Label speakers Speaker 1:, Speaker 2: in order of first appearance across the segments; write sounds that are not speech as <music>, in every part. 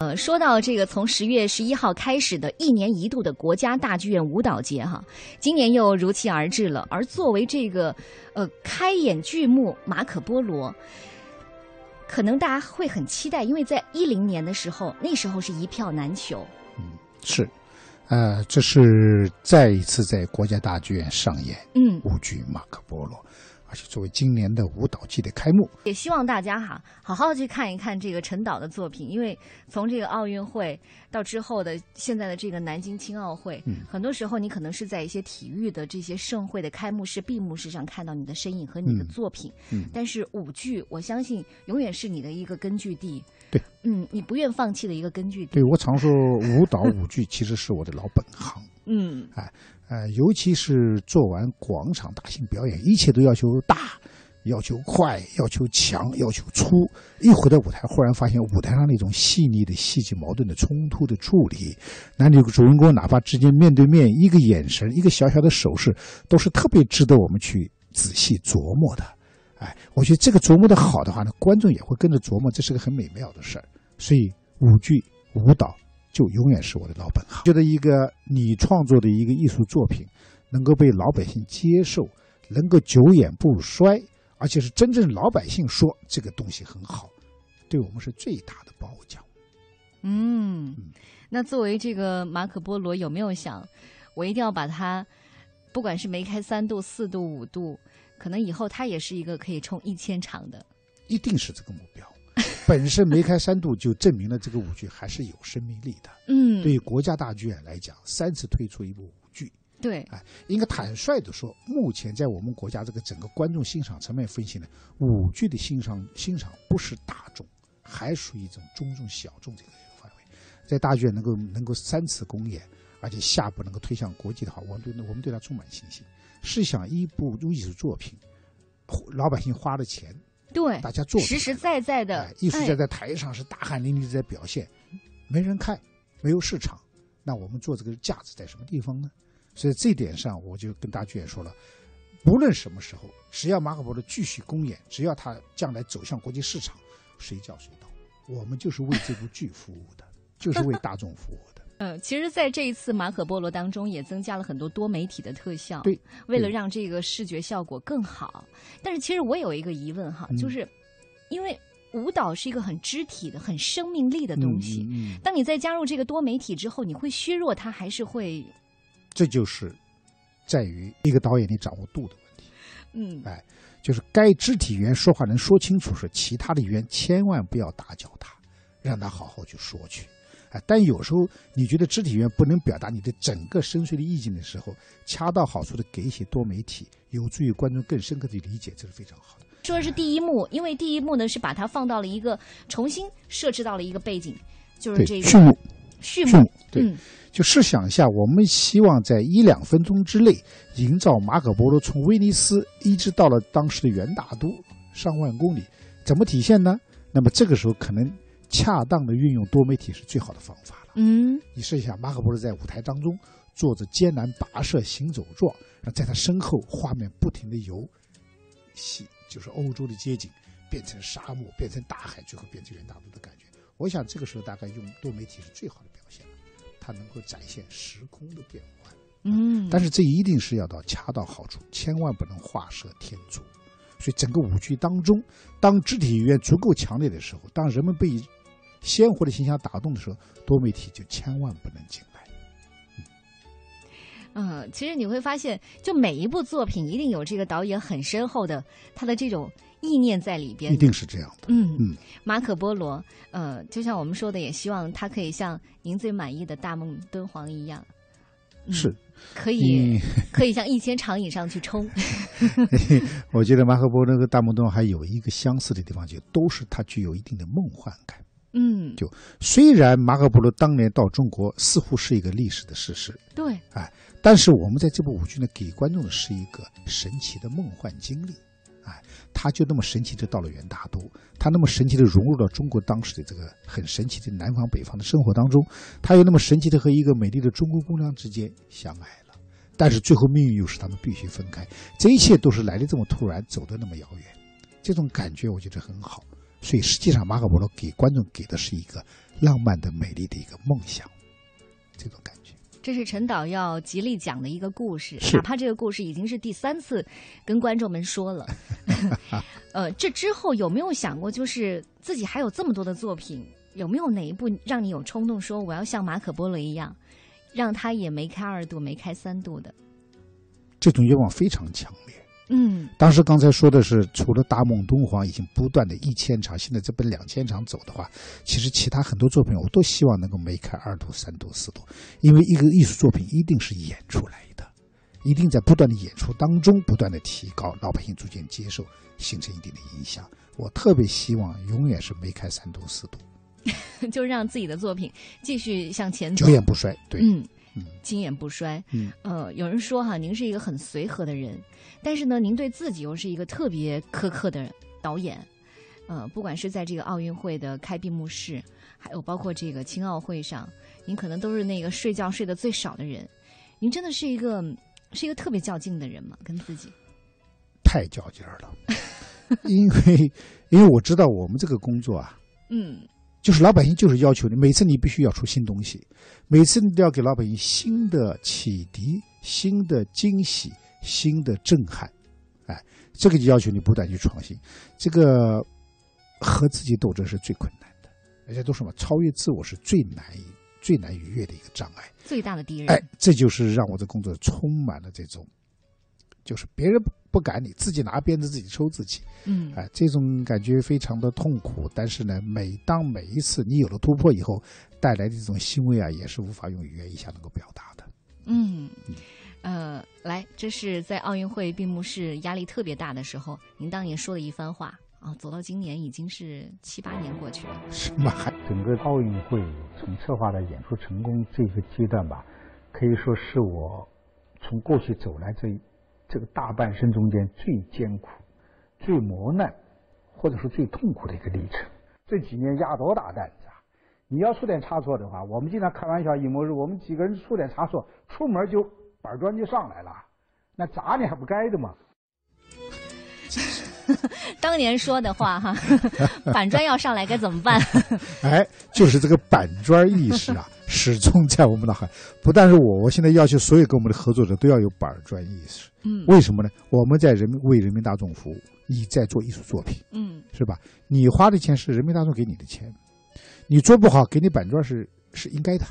Speaker 1: 呃，说到这个，从十月十一号开始的一年一度的国家大剧院舞蹈节哈，今年又如期而至了。而作为这个呃开演剧目《马可波罗》，可能大家会很期待，因为在一零年的时候，那时候是一票难求。
Speaker 2: 是，呃，这是再一次在国家大剧院上演
Speaker 1: 嗯，
Speaker 2: 舞剧《马可波罗》，而且作为今年的舞蹈季的开幕，
Speaker 1: 也希望大家哈好好去看一看这个陈导的作品，因为从这个奥运会到之后的现在的这个南京青奥会，
Speaker 2: 嗯
Speaker 1: 很多时候你可能是在一些体育的这些盛会的开幕式、闭幕式上看到你的身影和你的
Speaker 2: 嗯
Speaker 1: 作品，
Speaker 2: 嗯
Speaker 1: 但是舞剧我相信永远是你的一个根据地，
Speaker 2: 对，
Speaker 1: 嗯，你不愿放弃的一个根据地，
Speaker 2: 对我常说，舞蹈舞剧其实是我的老本行。
Speaker 1: 嗯
Speaker 2: 呃，尤其是做完广场大型表演，一切都要求大，要求快，要求强，要求粗。一回到舞台，忽然发现舞台上那种细腻的戏剧矛盾的冲突的处理，男女主人公哪怕之间面对面，一个眼神，一个小小的手势，都是特别值得我们去仔细琢磨的。哎，我觉得这个琢磨的好的话呢，观众也会跟着琢磨，这是个很美妙的事儿。所以舞剧、舞蹈就永远是我的老本行。觉得一个你创作的一个艺术作品，能够被老百姓接受，能够久远不衰，而且是真正老百姓说这个东西很好，对我们是最大的褒奖。
Speaker 1: 嗯，那作为这个马可波罗，有没有想我一定要把它，不管是梅开三度、四度、五度，可能以后它也是一个可以冲一千场的。
Speaker 2: 一定是这个目标。本身梅开三度就证明了这个舞剧还是有生命力的。
Speaker 1: 嗯，
Speaker 2: 对于国家大剧院来讲，三次推出一部舞剧，
Speaker 1: 对
Speaker 2: 哎，应该坦率的说，目前在我们国家这个整个观众欣赏层面分析呢，舞剧的欣赏欣赏不是大众，还属于一种中众小众这个范围。在大剧院能够能够三次公演，而且下部能够推向国际的话，我们对我们对它充满信心。试想一部艺术作品，老百姓花了钱，
Speaker 1: 对，
Speaker 2: 大家做出来
Speaker 1: 实
Speaker 2: 了
Speaker 1: 实在在的、
Speaker 2: 哎，艺术家
Speaker 1: 哎
Speaker 2: 在台上是大汗淋漓地在表现，没人看，没有市场，那我们做这个价值在什么地方呢？所以这一点上，我就跟大剧院说了，无论什么时候，只要马可波罗继续公演，只要他将来走向国际市场，谁叫谁到，我们就是为这部剧服务的， <laughs> 就是为大众服务
Speaker 1: <laughs>
Speaker 2: 的。
Speaker 1: 嗯，其实，在这一次马可波罗当中，也增加了很多多媒体的特效，
Speaker 2: 对，
Speaker 1: 为了
Speaker 2: 对
Speaker 1: 让这个视觉效果更好。但是，其实我有一个疑问哈，就
Speaker 2: 嗯
Speaker 1: 是因为舞蹈是一个很肢体的、很生命力的东西，
Speaker 2: 嗯嗯嗯
Speaker 1: 当你在加入这个多媒体之后，你会削弱它，还是会
Speaker 2: 这就是在于一个导演你掌握度的问题。
Speaker 1: 嗯
Speaker 2: 哎就是该肢体语言说话能说清楚时，其他的语言千万不要打搅他，让他好好去说去。哎，但有时候你觉得肢体语言不能表达你的整个深邃的意境的时候，恰到好处的给一些多媒体，有助于观众更深刻的理解，这是非常好的。
Speaker 1: 说的是第一幕，因为第一幕呢是把它放到了一个重新设置到了一个背景，就是这
Speaker 2: 序
Speaker 1: 个
Speaker 2: 幕，
Speaker 1: 序
Speaker 2: 序幕
Speaker 1: 幕，，
Speaker 2: 对，
Speaker 1: 嗯
Speaker 2: 就试想一下，我们希望在一两分钟之内营造马可波罗从威尼斯一直到了当时的元大都上万公里，怎么体现呢？那么这个时候可能恰当的运用多媒体是最好的方法了。
Speaker 1: 嗯
Speaker 2: 你试一下，马可波罗在舞台当中做着艰难跋涉行走状，然后在他身后画面不停的游，西就是欧洲的街景变成沙漠，变成大海，最后变成远大陆的感觉。我想这个时候大概用多媒体是最好的表现了，它能够展现时空的变换。
Speaker 1: 嗯，
Speaker 2: 啊但是这一定是要到恰到好处，千万不能画蛇添足。所以整个舞剧当中，当肢体语言足够强烈的时候，当人们被鲜活的形象打动的时候，多媒体就千万不能进来。
Speaker 1: 嗯，其实你会发现，就每一部作品一定有这个导演很深厚的他的这种意念在里边
Speaker 2: 一，定是这样的。
Speaker 1: 嗯
Speaker 2: 嗯
Speaker 1: 马可波罗，呃，就像我们说的，也希望他可以像您最满意的大梦敦煌一样，嗯
Speaker 2: 是
Speaker 1: 可以、
Speaker 2: 你，
Speaker 1: 可以向一千场以上去冲，
Speaker 2: 我觉得马可波罗跟大木东还有一个相似的地方，就都是它具有一定的梦幻感。
Speaker 1: 嗯，
Speaker 2: 虽然马可波罗当年到中国似乎是一个历史的事实，
Speaker 1: 对，
Speaker 2: 但是我们在这部舞剧呢，给观众的是一个神奇的梦幻经历。哎，他就那么神奇的到了元大都，他那么神奇的融入到中国当时的这个很神奇的南方北方的生活当中，他又那么神奇的和一个美丽的中国姑娘之间相爱了，但是最后命运又使他们必须分开，这一切都是来的这么突然，走的那么遥远，这种感觉我觉得很好。所以实际上，马可波罗给观众给的是一个浪漫的、美丽的一个梦想，这种感觉。
Speaker 1: 这是陈导要极力讲的一个故事，
Speaker 2: 是
Speaker 1: 哪怕这个故事已经是第三次跟观众们说了。 <laughs> 呃，这之后有没有想过，就是自己还有这么多的作品，有没有哪一部让你有冲动说我要像马可波罗一样，让他也没开二度，没开三度的？
Speaker 2: 这种愿望非常强烈。
Speaker 1: 嗯
Speaker 2: 当时刚才说的是，除了《大梦东皇》已经不断的一千场，现在这奔两千场走的话，其实其他很多作品我都希望能够梅开二度、三度、四度，因为一个艺术作品一定是演出来的，一定在不断的演出当中不断的提高，老百姓逐渐接受，形成一定的影响。我特别希望永远是梅开三度、四度，，
Speaker 1: <laughs> 就让自己的作品继续向前走
Speaker 2: 久。远不衰。对，
Speaker 1: 嗯
Speaker 2: 嗯，
Speaker 1: 经验不衰。
Speaker 2: 嗯，
Speaker 1: 呃，有人说哈，您是一个很随和的人，但是呢，您对自己又是一个特别苛刻的导演。呃，不管是在这个奥运会的开闭幕式，还有包括这个青奥会上，您可能都是那个睡觉睡得最少的人。您真的是一个是一个特别较劲的人吗？跟自己？
Speaker 2: 太较劲儿了， <laughs> 因为因为我知道我们这个工作啊，
Speaker 1: 嗯
Speaker 2: 就是老百姓就是要求你，每次你必须要出新东西，每次你都要给老百姓新的启迪、新的惊喜、新的震撼，哎，这个就要求你不断去创新。这个和自己斗争是最困难的，人家都说嘛，超越自我是最难以、最难逾越的一个障碍。
Speaker 1: 最大的敌人。
Speaker 2: 哎，这就是让我的工作充满了这种，就是别人不不赶你，自己拿鞭子自己抽自己。
Speaker 1: 嗯，
Speaker 2: 哎，这种感觉非常的痛苦，但是呢，每当每一次你有了突破以后，带来的这种欣慰啊，也是无法用语言一下能够表达的。
Speaker 1: 嗯，呃，来，这是在奥运会闭幕式压力特别大的时候，您当年说的一番话啊，走到今年已经是七八年过去了。
Speaker 2: 什么还
Speaker 3: 整个奥运会从策划到演出成功这个阶段吧，可以说是我从过去走来这这个大半生中间最艰苦、最磨难，或者说最痛苦的一个历程。这几年压多大担子啊！你要出点差错的话，我们经常开玩笑，尹某日我们几个人出点差错，出门就板砖就上来了，那砸你还不该的吗？
Speaker 1: <laughs> 当年说的话 <laughs> 哈，板砖要上来该怎么办？
Speaker 2: 哎，就是这个板砖意识啊，始终在我们脑海。不但是我，我现在要求所有跟我们的合作者都要有板砖意识。
Speaker 1: 嗯
Speaker 2: 为什么呢？我们在人民为人民大众服务，你在做艺术作品，
Speaker 1: 嗯
Speaker 2: 是吧？你花的钱是人民大众给你的钱，你做不好给你板砖是是应该的，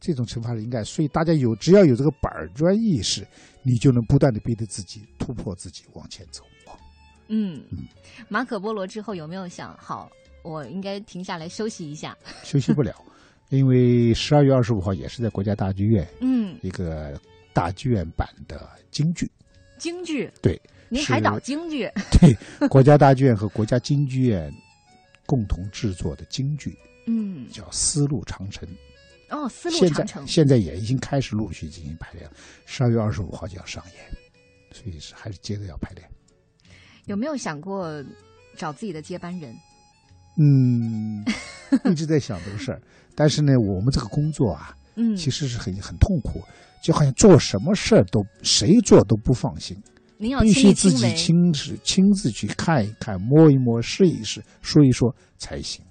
Speaker 2: 这种惩罚是应该。所以大家有只要有这个板砖意识，你就能不断的逼着自己突破自己往前走。
Speaker 1: 嗯，马可波罗之后有没有想好，我应该停下来休息一下？
Speaker 2: 休息不了，因为十二月二十五号也是在国家大剧院
Speaker 1: 嗯，
Speaker 2: 一个大剧院版的京剧，
Speaker 1: 京剧，
Speaker 2: 对，
Speaker 1: 您还导京剧，
Speaker 2: 国家大剧院和国家京剧院共同制作的京剧
Speaker 1: 嗯，
Speaker 2: 叫《丝路长城》。
Speaker 1: 哦，丝路
Speaker 2: 现在
Speaker 1: 长城，
Speaker 2: 现在也已经开始陆续进行排练了，十二月二十五号就要上演，所以是还是接着要排练。
Speaker 1: 有没有想过找自己的接班人？
Speaker 2: 嗯， <laughs> 一直在想这个事儿，但是呢，我们这个工作啊，
Speaker 1: 嗯，
Speaker 2: 其实是很很痛苦，就好像做什么事儿都谁做都不放心，
Speaker 1: 嗯您要
Speaker 2: 必
Speaker 1: 亲
Speaker 2: 须
Speaker 1: 力
Speaker 2: 自
Speaker 1: 亲
Speaker 2: 己
Speaker 1: 为，
Speaker 2: 亲自亲自去看一看、摸一摸、试一试、说一说才行。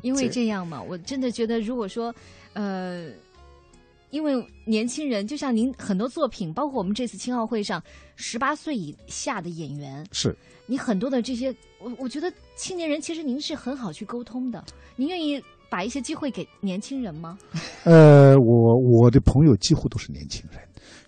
Speaker 1: 因为这样嘛，我真的觉得，如果说，呃，因为年轻人，就像您很多作品，包括我们这次青奥会上，十八岁以下的演员，
Speaker 2: 是，
Speaker 1: 你很多的这些，我我觉得青年人其实您是很好去沟通的，您愿意把一些机会给年轻人吗？
Speaker 2: 呃，我我的朋友几乎都是年轻人，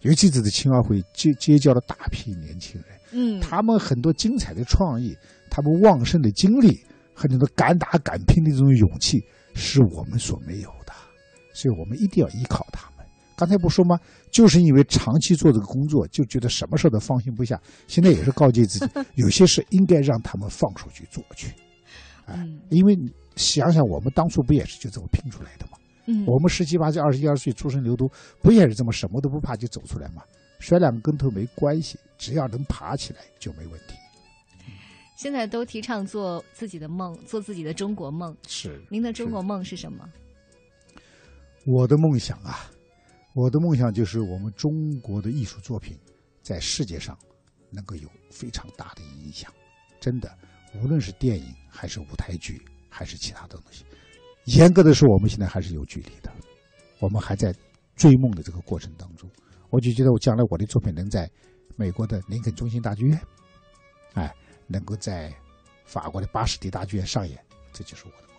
Speaker 2: 尤其这次青奥会结结交了大批年轻人。
Speaker 1: 嗯，
Speaker 2: 他们很多精彩的创意，他们旺盛的精力和那种敢打敢拼的这种勇气，是我们所没有的，所以我们一定要依靠他们。刚才不说吗？就是因为长期做这个工作，就觉得什么事儿都放心不下。现在也是告诫自己，有些事应该让他们放手去做去，
Speaker 1: 嗯
Speaker 2: 因为你想想我们当初不也是就这么拼出来的吗？
Speaker 1: 嗯，
Speaker 2: 我们十七八岁、二十一二岁出生牛犊，不也是这么什么都不怕就走出来吗？摔两个跟头没关系，只要能爬起来就没问题。
Speaker 1: 现在都提倡做自己的梦，做自己的中国梦。
Speaker 2: 是
Speaker 1: 您的中国梦是什么？
Speaker 2: 我的梦想啊，我的梦想就是我们中国的艺术作品在世界上能够有非常大的影响，真的，无论是电影还是舞台剧，还是其他的东西，严格的说，我们现在还是有距离的，我们还在追梦的这个过程当中。我就觉得，我将来我的作品能在美国的林肯中心大剧院，哎，能够在法国的巴士底大剧院上演，这就是我的。